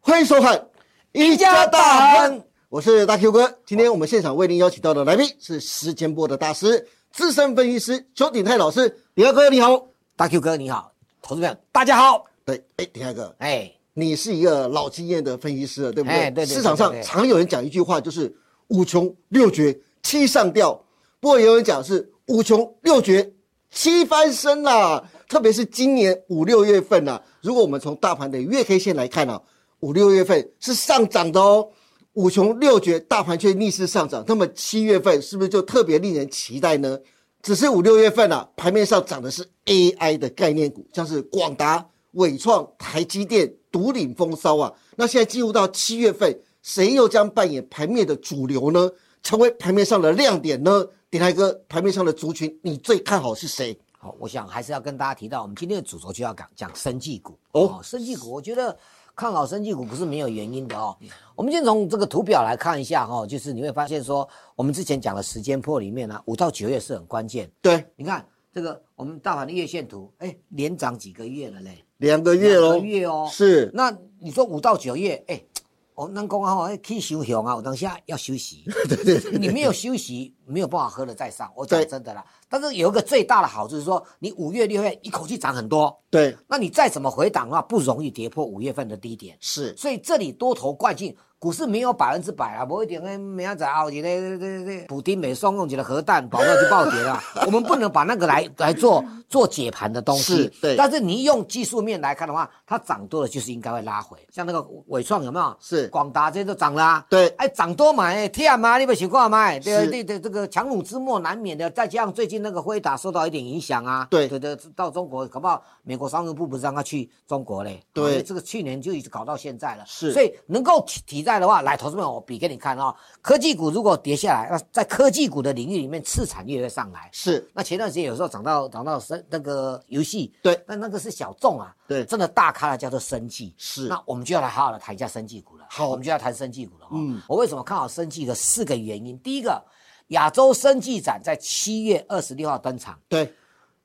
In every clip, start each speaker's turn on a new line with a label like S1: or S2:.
S1: 欢迎收看《一家大亨》，我是大 Q 哥。今天我们现场为您邀请到的来宾是时间波的大师、资深分析师邱鼎泰老师。鼎泰哥你好，
S2: 大 Q 哥你好，投资朋友大家好。
S1: 对，哎，鼎泰哥，
S2: 哎，
S1: 你是一个老经验的分析师了，对不对？
S2: 哎对对对
S1: 市场上
S2: 对对对
S1: 常有人讲一句话，就是五穷六绝七上吊，不过也有人讲是五穷六绝七翻身啦。特别是今年五六月份啊，如果我们从大盘的月 K 线来看啊，五六月份是上涨的哦。五穷六绝，大盘却逆势上涨，那么七月份是不是就特别令人期待呢？只是五六月份啊，盘面上涨的是 AI 的概念股，像是广达、伟创、台积电独领风骚啊。那现在进入到七月份，谁又将扮演盘面的主流呢？成为盘面上的亮点呢？点台哥，盘面上的族群，你最看好是谁？
S2: 好，我想还是要跟大家提到，我们今天的主轴就要讲讲生技股
S1: 哦
S2: 生技股，我觉得看好生技股不是没有原因的哦。我们先从这个图表来看一下哦，就是你会发现说，我们之前讲的时间破里面呢、啊五到九月是很关键。
S1: 对，
S2: 你看这个我们大盘的月线图，哎，连涨几个月了嘞。
S1: 两个月
S2: 两
S1: 喽，
S2: 个月哦
S1: 是
S2: 那你说五到九月，哎、哦，咱讲啊，哎去休熊啊，我当下要休息。对对对 你没有休息，没有办法喝了再上。我讲
S1: 对
S2: 真的啦，但是有一个最大的好处是说，你五月六月一口气涨很多，
S1: 对，
S2: 那你再怎么回档的话，不容易跌破五月份的低点。
S1: 是
S2: 所以这里多头惯性，股市没有百分之百啊，不一定诶，明仔载后一个这这这补丁美送弄几个核弹，保证就暴跌了。我们不能把那个来来做做解盘的东西。
S1: 是对
S2: 但是你用技术面来看的话，它涨多了就是应该会拉回。像那个伟创有没有？
S1: 是
S2: 广达这些都涨啦、
S1: 对
S2: 哎，涨多买，天嘛，你们情况买，对
S1: 是
S2: 对对，这个强弩之末难免的。再加上最近那个辉达受到一点影响啊，
S1: 对
S2: 对对，到中国搞不好美国商务部不是让他去中国嘞？
S1: 对
S2: 因为这个去年就一直搞到现在了。
S1: 是
S2: 所以能够体体在的话，来，投资们，我比给你看啊、哦，科技股如果跌下来，那在科技股的领域里面，次产业会上来。
S1: 是，
S2: 那前段时间有时候涨到涨到生那个游戏，
S1: 对
S2: 但那个是小众啊，
S1: 对
S2: 真的大咖的叫做生技，
S1: 是
S2: 那我们就要来好好的谈一下生技股了，
S1: 好
S2: 我们就要谈生技股了、哦。
S1: 嗯
S2: 嗯，我为什么看好生技的四个原因，第一个，亚洲生技展在七月二十六号登场，
S1: 对，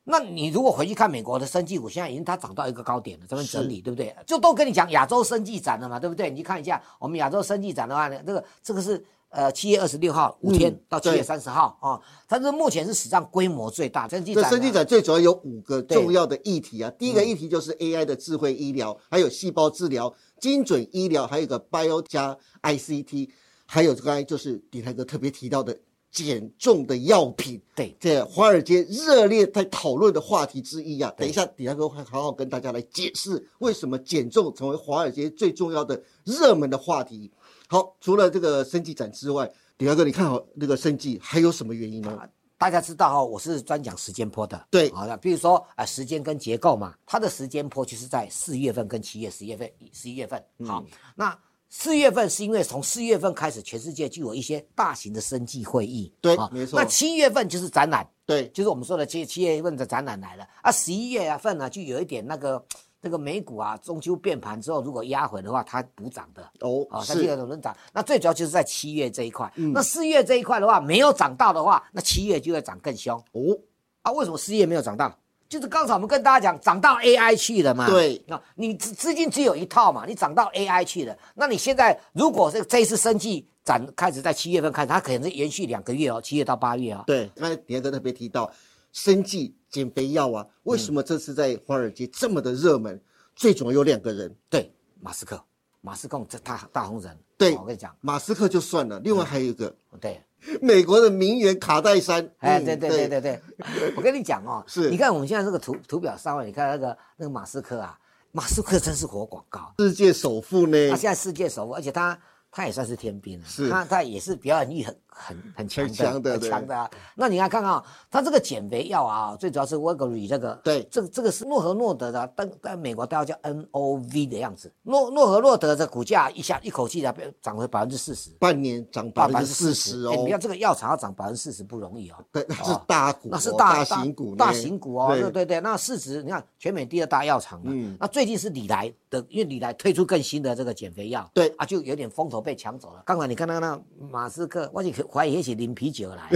S2: 那你如果回去看美国的生技股，现在已经它涨到一个高点了，这边整理，对不对？就都跟你讲亚洲生技展了嘛，对不对？你去看一下我们亚洲生技展的话呢，这个这个是呃七月二十六号五天、
S1: 嗯
S2: 到七
S1: 对
S2: 月三十号啊、哦，它是目前是史上规模最大生技
S1: 这
S2: 展啊。
S1: 生技展最主要有五个
S2: 对嗯
S1: 重要的议题啊，第一个议题就是 AI 的智慧医疗，还有细胞治疗、精准医疗，还有一个 Bio 加 ICT，还有刚才就是鼎泰哥特别提到的减重的药品，
S2: 对
S1: 这华尔街热烈在讨论的话题之一啊。
S2: 对
S1: 等一下，鼎泰哥会好好跟大家来解释为什么减重成为华尔街最重要的热门的话题。好，除了这个生技展之外，鼎泰哥，你看好那个生技还有什么原因呢？
S2: 大家知道哦，我是专讲时间波的。
S1: 对
S2: 好的，比如说啊、呃时间跟结构嘛，它的时间波就是在四月份跟七月、十月份、十一月份。
S1: 嗯
S2: 好，那四月份是因为从四月份开始，全世界就有一些大型的生计会议。
S1: 对
S2: 好
S1: 没错
S2: 那七月份就是展览，
S1: 对，
S2: 就是我们说的七七月份的展览来了啊，十一月份呢、就有一点那个那个美股啊，中秋变盘之后如果压回的话，它补涨的。
S1: 哦
S2: 啊，，它
S1: 是嗯
S2: 第二种轮涨，那最主要就是在七月这一块。那四月这一块的话，没有涨到的话，那七月就会涨更凶
S1: 哦。
S2: 啊。为什么四月没有涨到？就是刚才我们跟大家讲，涨到 AI 去了嘛。
S1: 对
S2: 那你资资金只有一套嘛，你涨到 AI 去了，那你现在如果这这一次生计展开始在七月份开始，它可能是延续两个月哦，七月到八月哦。
S1: 对，刚才迪亚哥特别提到，生计减肥药啊，为什么这次在华尔街这么的热门？最主要有两个人，
S2: 对，马斯克，马斯克这大大红人。哦
S1: 对
S2: 我跟你讲，
S1: 马斯克就算了，另外还有一个
S2: 对。
S1: 美国的名媛卡戴珊。
S2: 哎，
S1: 嗯
S2: 对对对对对， 我跟你讲哦，
S1: 是
S2: 你看我们现在这个图图表上面，你看那个那个马斯克啊，马斯克真是活广告，
S1: 世界首富呢，
S2: 他现在世界首富，而且他他也算是天兵了，啊
S1: 是
S2: 他他也是表演欲很很很强的，
S1: 很强的
S2: 很
S1: 对
S2: 强的啊。那你看看啊，他这个减肥药啊，最主要是 w e g r y 这个，
S1: 对
S2: 这个这个是诺和诺德的，啊但在美国都要叫 NOV 的样子，诺诺和诺德的股价一下一口气啊涨回百分之四十。
S1: 半年涨百分之四十
S2: 哎
S1: 哦
S2: 你，看这个药厂要涨百分之四十不容易哦。
S1: 对，那是
S2: 哦
S1: 大股哦，
S2: 那是
S1: 大
S2: 大
S1: 型股呢，
S2: 大型股哦，对
S1: 对
S2: 对对，那市值你看全美第二大药厂嘛，
S1: 嗯
S2: 那最近是李来的，因为李来推出更新的这个减肥药，
S1: 对
S2: 啊，就有点风头被抢走了。刚才你看到那马斯克，我就怀疑也许领啤酒 来，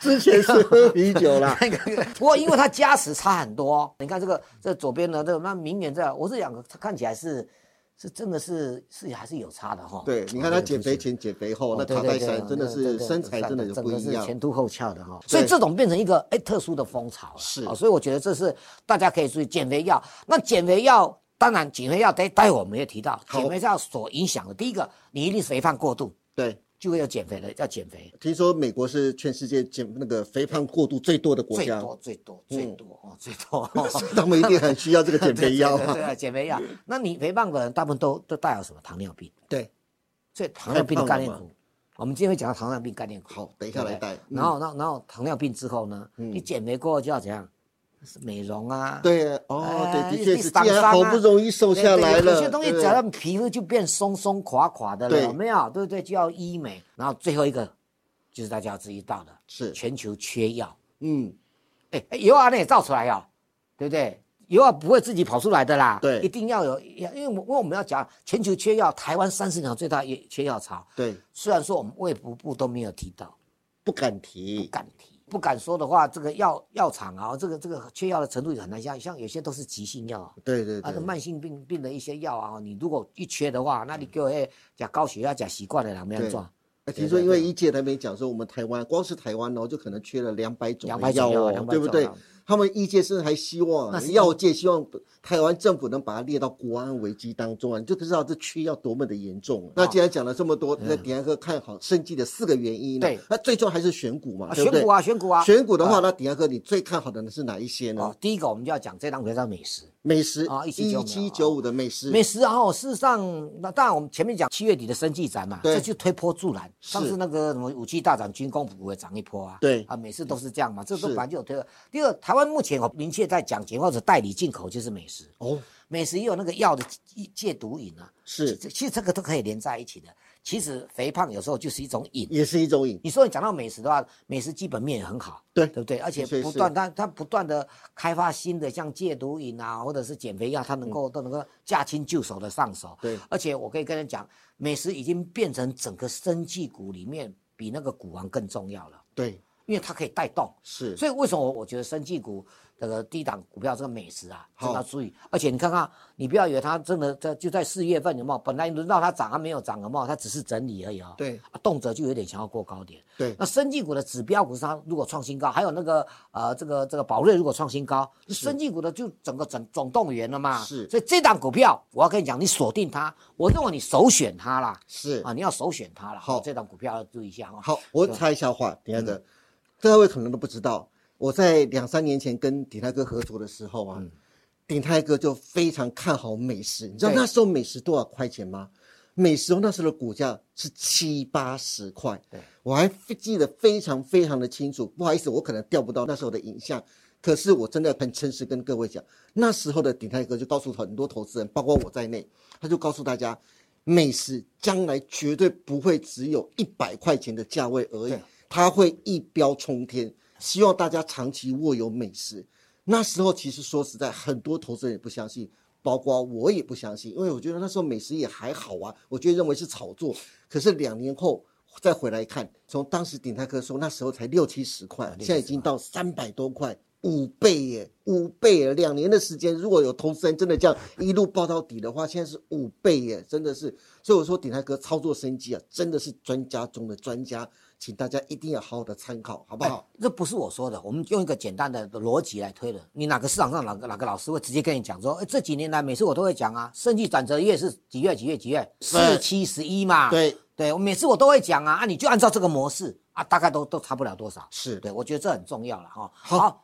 S1: 之前是喝啤酒 啦，
S2: 那个不过因为它加持差很多哦，你看这个这左边呢，这个那明年这我是两个，它看起来是是真的是是还是有差的哈。哦
S1: 对，你看他减肥前、减肥后，哦那
S2: 对
S1: 卡
S2: 对
S1: 戴
S2: 对
S1: 珊真的
S2: 对对
S1: 是
S2: 对
S1: 身材真的有
S2: 整
S1: 不
S2: 个
S1: 一
S2: 是
S1: 样。
S2: 前凸后翘的哈，所以
S1: 对
S2: 这种变成一个哎特殊的风潮了。
S1: 是
S2: 啊所以我觉得这是大家可以注意减肥药。那减肥药当然减肥药待待会我们也提到
S1: 好
S2: 减肥药所影响的，第一个你一定是肥胖过度，
S1: 对，
S2: 就会要减肥的要减肥，
S1: 听说美国是全世界减那个肥胖过度最多的国
S2: 最
S1: 家，
S2: 多最多最多哦最多。
S1: 他们一定很需要这个减肥嗯 药
S2: 对对对
S1: 啊。
S2: 对啊，减肥药。那你肥胖的人，大部分都都带有什么糖尿病？
S1: 对，
S2: 所以糖尿病的
S1: 太
S2: 概
S1: 胖了
S2: 念
S1: 嘛
S2: 股，我们今天会讲到糖尿病概念股。
S1: 好等一下
S2: 对不
S1: 来带
S2: 对
S1: 嗯
S2: 然后，然后，然后糖尿病之后呢，你减肥过后就要怎样？是美容啊。
S1: 对，哦，
S2: 哎
S1: 对，的确是，
S2: 赏
S1: 既然
S2: 伤
S1: 好
S2: 啊
S1: 不容易瘦
S2: 对
S1: 下
S2: 对
S1: 来
S2: 有
S1: 了，
S2: 些东西
S1: 对
S2: 只要让皮肤就变松松垮垮的了，
S1: 对
S2: 有没有？对不对？就要医美。然后最后一个就是大家要注意到的，
S1: 是
S2: 全球缺药。
S1: 嗯，
S2: 哎、哎油啊，那也造出来哦，对不对？油啊不会自己跑出来的啦，
S1: 对
S2: 一定要有，因为我因为我们要讲全球缺药，台湾三十年最大也缺药潮。
S1: 对，
S2: 虽然说我们卫福部都没有提到，
S1: 不敢
S2: 不
S1: 提，
S2: 敢提，不敢说的话，这个药药厂啊，这个这个缺药的程度也很难下，像有些都是急性药啊，
S1: 对对
S2: 啊，那
S1: 对，
S2: 慢性病病的一些药啊，你如果一缺的话，那你给我哎，讲高血压、讲习惯了啦，没人做。
S1: 哎听说因为一届台没讲说，我们台湾光是台湾哦，就可能缺了两百种的
S2: 200种药
S1: 哦
S2: 200，
S1: 对不
S2: 种啊
S1: 对
S2: 药？
S1: 他们医界甚至还希望
S2: 那
S1: 啊
S2: 是
S1: 药界希望台湾政府能把它列到国安危机当中啊，你就知道这缺药多么的严重啊。那既然讲了这么多，那底下哥看好生计的四个原因呢
S2: 对？
S1: 那最重要还是选股嘛，
S2: 啊
S1: 对不对
S2: 选股啊选股啊
S1: 选股的话，那底下哥你最看好的是哪一些呢
S2: 哦？，第一个我们就要讲这张股票叫美食，
S1: 美食
S2: 啊1795
S1: 一七九五的美食，
S2: 美食啊，哦，事实上，那当然我们前面讲七月底的生技展嘛，
S1: 对
S2: 这就推波助澜。上次那个什么武器大涨，军工股也涨一波啊。
S1: 对
S2: 啊，每次都是这样嘛，这
S1: 是
S2: 都本来就有推的。第二，台湾目前哦，明确在讲解或者代理进口就是美食，
S1: 哦，
S2: 美食也有那个药的戒戒毒瘾啊。
S1: 是
S2: 其其实这个都可以连在一起的。其实肥胖有时候就是一种瘾。啊
S1: 也是一种瘾，
S2: 你说你讲到美食的话，美食基本面也很好，
S1: 对
S2: 对不对？而且
S1: 的确是
S2: 不断，它它不断的开发新的，像戒毒饮啊，或者是减肥药，它能够、都能够驾轻就熟的上手。
S1: 嗯对
S2: 而且我可以跟人讲，美食已经变成整个生技股里面比那个股王更重要了，
S1: 对，
S2: 因为它可以带动。
S1: 是
S2: 所以为什么我我觉得生技股这个低档股票这个美食啊，
S1: 好
S2: 真的要注意。而且你看看，你不要以为它真的在就在四月份有没有？本来轮到它涨，啊它没有涨，有没有？它只是整理而已哦。
S1: 对
S2: 啊，动辄就有点想要过高点。
S1: 对
S2: 那生技股的指标股是它如果创新高，还有那个呃这个这个宝瑞如果创新高，生技股的就整个整总动员了嘛。
S1: 是
S2: 所以这档股票我要跟你讲，你锁定它，我认为你首选它啦。
S1: 是
S2: 啊，你要首选它啦。
S1: 好
S2: 这档股票要注意一下哦。
S1: 好，我插一下话，底下
S2: 嗯
S1: 哥，各位可能都不知道，我在两三年前跟鼎泰哥合作的时候
S2: 嗯
S1: 啊，鼎泰哥就非常看好美食。你知道
S2: 对
S1: 那时候美食多少块钱吗？美食哦那时候的股价是七八十块
S2: 对，
S1: 我还记得非常非常的清楚。不好意思，我可能调不到那时候的影像，可是我真的很诚实跟各位讲，那时候的鼎泰哥就告诉很多投资人，包括我在内，他就告诉大家，美食将来绝对不会只有一百块钱的价位而已
S2: 对，
S1: 它会一飙冲天。希望大家长期握有美食。那时候其实说实在，很多投资人也不相信，包括我也不相信，因为我觉得那时候美食也还好啊，我就认为是炒作。可是两年后再回来看，从当时鼎泰科说那时候才六七十块，
S2: 啊六七十
S1: 现在已经到三百多块。五倍耶，五倍耶！两年的时间，如果有投资人真的这样一路报到底的话，现在是五倍耶，真的是。所以我说，鼎泰哥操作生机啊，真的是专家中的专家，请大家一定要好好的参考，好不好？
S2: 哎这不是我说的，我们用一个简单的逻辑来推的。你哪个市场上哪个哪个老师会直接跟你讲说，哎，这几年来每次我都会讲啊，生计转折月是几月几月几月，四七十一嘛。
S1: 对
S2: 对，我每次我都会讲啊，啊，你就按照这个模式啊，大概都都差不了多少。
S1: 是
S2: 对，我觉得这很重要了哈。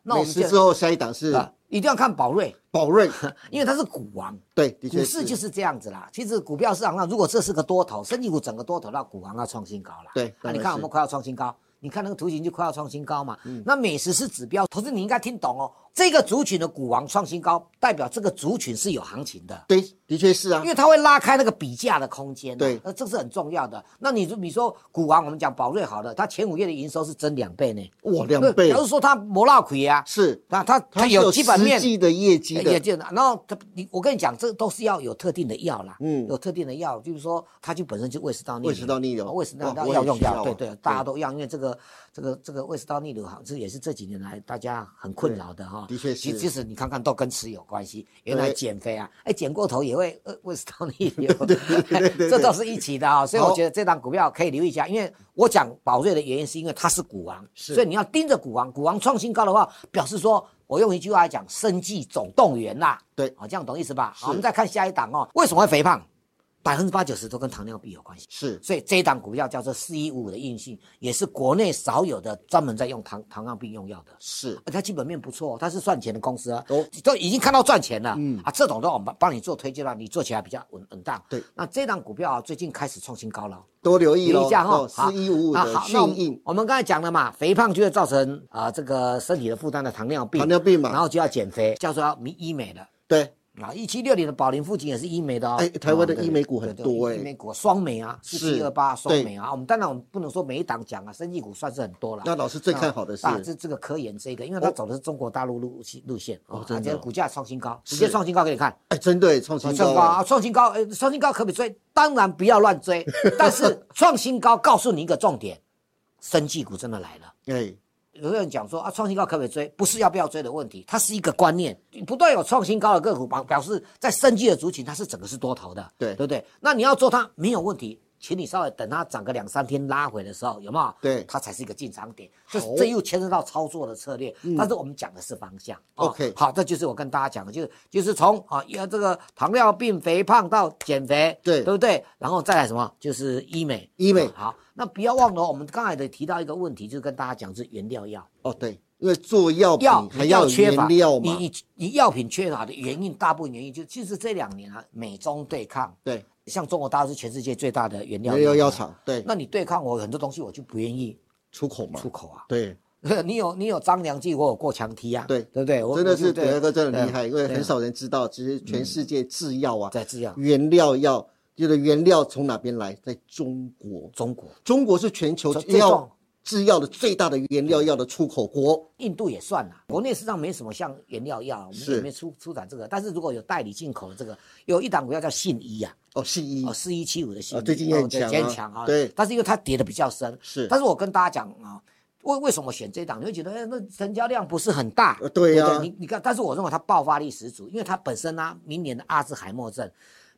S2: 那我
S1: 美
S2: 们
S1: 食
S2: 就
S1: 之后下一档是
S2: 啊，一定要看宝瑞，
S1: 宝瑞，
S2: 因为它是股王。
S1: 对，的
S2: 股
S1: 确
S2: 市就是是这样子啦。其实股票市场上，如果这是个多头，升级股整个多头，那股王要创新高啦。
S1: 对
S2: 那、
S1: 当然
S2: 你看
S1: 是嗯
S2: 我们快要创新高，你看那个图形就快要创新高嘛。那美食是指标，投资你应该听懂哦。这个族群的股王创新高，代表这个族群是有行情的。
S1: 对，的确是啊
S2: 因，为它会拉开那个比价的空间、啊，
S1: 对
S2: 那这是很重要的。那你你说股王，我们讲宝瑞好了，它前五月的营收是增两倍呢，
S1: 哇，两倍
S2: 假如说它磨落亏啊，
S1: 是，
S2: 那它它
S1: 它是
S2: 有基本面
S1: 实，际的业绩
S2: 也
S1: 的，
S2: 就然后他你我跟你讲，这都是要有特定的药啦，
S1: 嗯
S2: 嗯，有特定的药，就是说它就本身就胃食道逆流，
S1: 胃食道逆流
S2: 啊胃食
S1: 哇
S2: 道逆
S1: 我
S2: 流
S1: 也
S2: 要用
S1: 需要
S2: 药，
S1: 啊
S2: 对对，大家
S1: 对
S2: 都要，因为这个这个这个胃食道逆流好像这也是这几年来大家很困扰的哈。
S1: 的确
S2: 其
S1: 是
S2: 其实你看看都跟吃有关系。原来
S1: 对
S2: 减肥啊，哎，减过头也会呃胃食道逆流， 这都是一起的啊、所以
S1: 好
S2: 我觉得这档股票可以留意一下，因为我讲宝瑞的原因是因为它是股王，
S1: 是
S2: 所以你要盯着股王，股王创新高的话，表示说我用一句话来讲，生计总动员啦、
S1: 对
S2: 好、这样懂意思吧？
S1: 是
S2: 好，我们再看下一档哦，为什么会肥胖？百分之八九十都跟糖尿病有关系。
S1: 是
S2: 所以这一档股票叫做四一五五的硬性，也是国内少有的专门在用糖糖尿病用药的。
S1: 是，
S2: 呃它基本面不错、它是赚钱的公司啊，
S1: 哦
S2: 都都已经看到赚钱了，
S1: 嗯
S2: 啊，这种的我们帮帮你做推荐了，啊你做起来比较稳稳当。
S1: 对，
S2: 那这档股票啊，最近开始创新高了，哦
S1: 多留意
S2: 留
S1: 喽
S2: 一下哈，好
S1: 四一五五
S2: 啊
S1: 的
S2: 好，那我
S1: 讯
S2: 们
S1: 印，
S2: 我们刚才讲了嘛，肥胖就会造成啊、这个身体的负担的糖尿病，
S1: 糖尿病嘛
S2: 然后就要减肥，叫做要迷医美了。
S1: 对，
S2: 啊，一七六零的宝林附近也是医美的哦。
S1: 哎台湾的
S2: 啊对
S1: 医美股很
S2: 对对
S1: 多哎
S2: 医美股双美啊，四
S1: 是
S2: 七二八双
S1: 对
S2: 美啊。我们当然我们不能说每一档讲啊，生技股算是很多了。
S1: 那老师最看好的是
S2: 啊，这这个科研这个，因为它
S1: 哦
S2: 走的是中国大陆路线路线
S1: 哦
S2: 啊
S1: 真的
S2: 这个
S1: 哦
S2: 股价创新高，直
S1: 是
S2: 接创新高给你看，
S1: 哎，真的耶创
S2: 创
S1: 新
S2: 新高
S1: 高
S2: 啊，
S1: 耶，
S2: 创新高，哎，创新高可不可以追？当然不要乱 追，但是创新高告诉你一个重点，生技股真的来了。
S1: 哎，
S2: 有些人讲说啊，创新高可不可以追？不是要不要追的问题，它是一个观念。不断有创新高的个股，表表示在生技的族群，它是整个是多头的，
S1: 对
S2: 对不对？那你要做它没有问题，请你稍微等它涨个两三天拉回的时候，有没有？
S1: 对
S2: 它才是一个进场点。这
S1: 好
S2: 这又牵涉到操作的策略，但是我们讲的是方向。哦
S1: OK
S2: 好，这就是我跟大家讲的，就是就是从啊，要这个糖尿病、肥胖到减肥，
S1: 对
S2: 对不对？然后再来什么，就是医美，
S1: 医美
S2: 啊好，那不要忘了哦，我们刚才的提到一个问题，就是跟大家讲是原料药，
S1: 哦对，因为做药品
S2: 药
S1: 哦还
S2: 你药
S1: 有
S2: 缺乏，
S1: 原料嘛，
S2: 你你你药品缺乏的原因，大部分原因就其实这两年啊，美中对抗，
S1: 对，
S2: 像中国大陆是全世界最大的原料
S1: 原料药
S2: 嘛，
S1: 厂，对，
S2: 那你对抗我很多东西，我就不愿意
S1: 出口嘛
S2: 出，口啊。
S1: 对，
S2: 你有你有张良计，我有过墙梯啊，
S1: 对
S2: 对不对？我
S1: 真的
S2: 我就是对
S1: 德哥真的很厉害，
S2: 对啊
S1: 因为
S2: 对
S1: 很少人知道，其实全世界制药啊，
S2: 在这样
S1: 原料药就是原料从哪边来，在中国，
S2: 中国、
S1: 中国是全球
S2: 这这种
S1: 药制药的最大的原料药的出口国，
S2: 印度也算啦，国内市场没什么像原料药，我们
S1: 是
S2: 也没出出产这个，但是如果有代理进口的这个，有一档股票叫信一啊，
S1: 哦，是一
S2: 哦，，四一七五的信
S1: 啊
S2: 义，
S1: 最近也很
S2: 哦对
S1: 强啊
S2: 也很强啊。
S1: 对
S2: 但是因为它跌的比较深，
S1: 是
S2: 但是我跟大家讲啊，为为什么选这档？你会觉得，哎，那成交量不是很大
S1: 呃。对呀
S2: 不你你看，但是我认为它爆发力十足，因为它本身呢、啊明年的阿兹海默症。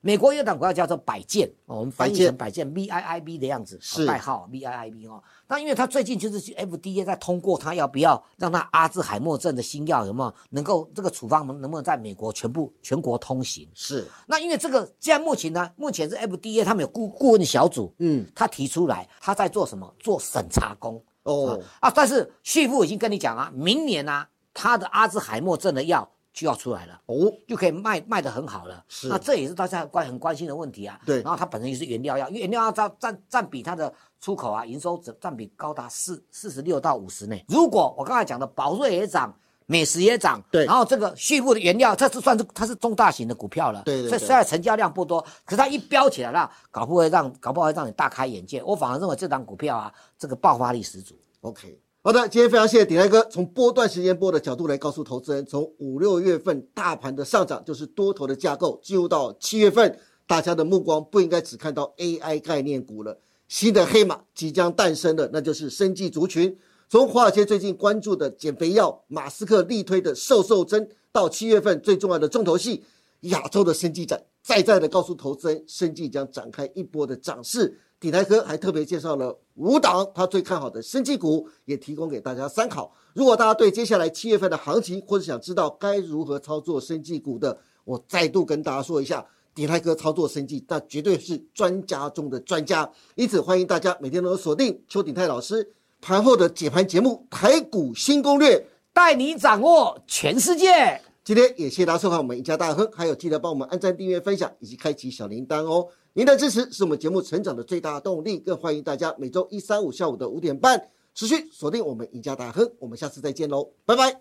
S2: 美国有一档股票叫做百健，哦我们翻译成百健 V I I B 的样子，
S1: 是
S2: 哦代号 V I I B 哦。那因为它最近就是去 F D A 在通过它要不要让它阿兹海默症的新药有没有能够这个处方能能不能在美国全部全国通行？
S1: 是，
S2: 那因为这个，现在目前呢，目前是 FDA 他们有顾顾问小组，
S1: 嗯，
S2: 他提出来他在做什么？做审查工
S1: 哦，
S2: 啊！但是旭富已经跟你讲啊，明年啊，他的阿兹海默症的药就要出来了。
S1: 哦，
S2: 就可以卖卖得很好了，
S1: 是
S2: 那这也是大家关很关心的问题啊。
S1: 对
S2: 然后它本身也是原料药，因为原料药占占占比它的出口啊，营收占占比高达四四十六到五十呢。如果我刚才讲的宝瑞也涨，美食也涨，
S1: 对
S2: 然后这个旭富的原料，这是算是它是中大型的股票了，
S1: 对对
S2: 所以
S1: 对
S2: 虽然成交量不多，可是它一飙起来了，搞不会让搞不好会让你大开眼界。我反而认为这档股票啊，这个爆发力十足。
S1: OK，好的，今天非常谢谢鼎泰哥从波段时间波的角度来告诉投资人，从五六月份大盘的上涨就是多头的架构，进入到七月份，大家的目光不应该只看到 AI 概念股了，新的黑马即将诞生了，那就是生技族群。从华尔街最近关注的减肥药，马斯克力推的瘦瘦针，到七月份最重要的重头戏亚洲的生技展，再再的告诉投资人，生技将展开一波的涨势。底台科还特别介绍了五档他最看好的生技股，也提供给大家参考。如果大家对接下来七月份的行情，或者想知道该如何操作生技股的，我再度跟大家说一下，底台科操作生技，那绝对是专家中的专家。因此，欢迎大家每天都能锁定邱鼎泰老师盘后的解盘节目《台股新攻略》。
S2: 带你掌握全世界。
S1: 今天也谢谢大家收看我们赢家大亨，还有记得帮我们按赞、订阅、分享以及开启小铃铛哦。您的支持是我们节目成长的最大动力，更欢迎大家每周一、三、五下午的五点半持续锁定我们赢家大亨。我们下次再见喽，拜拜。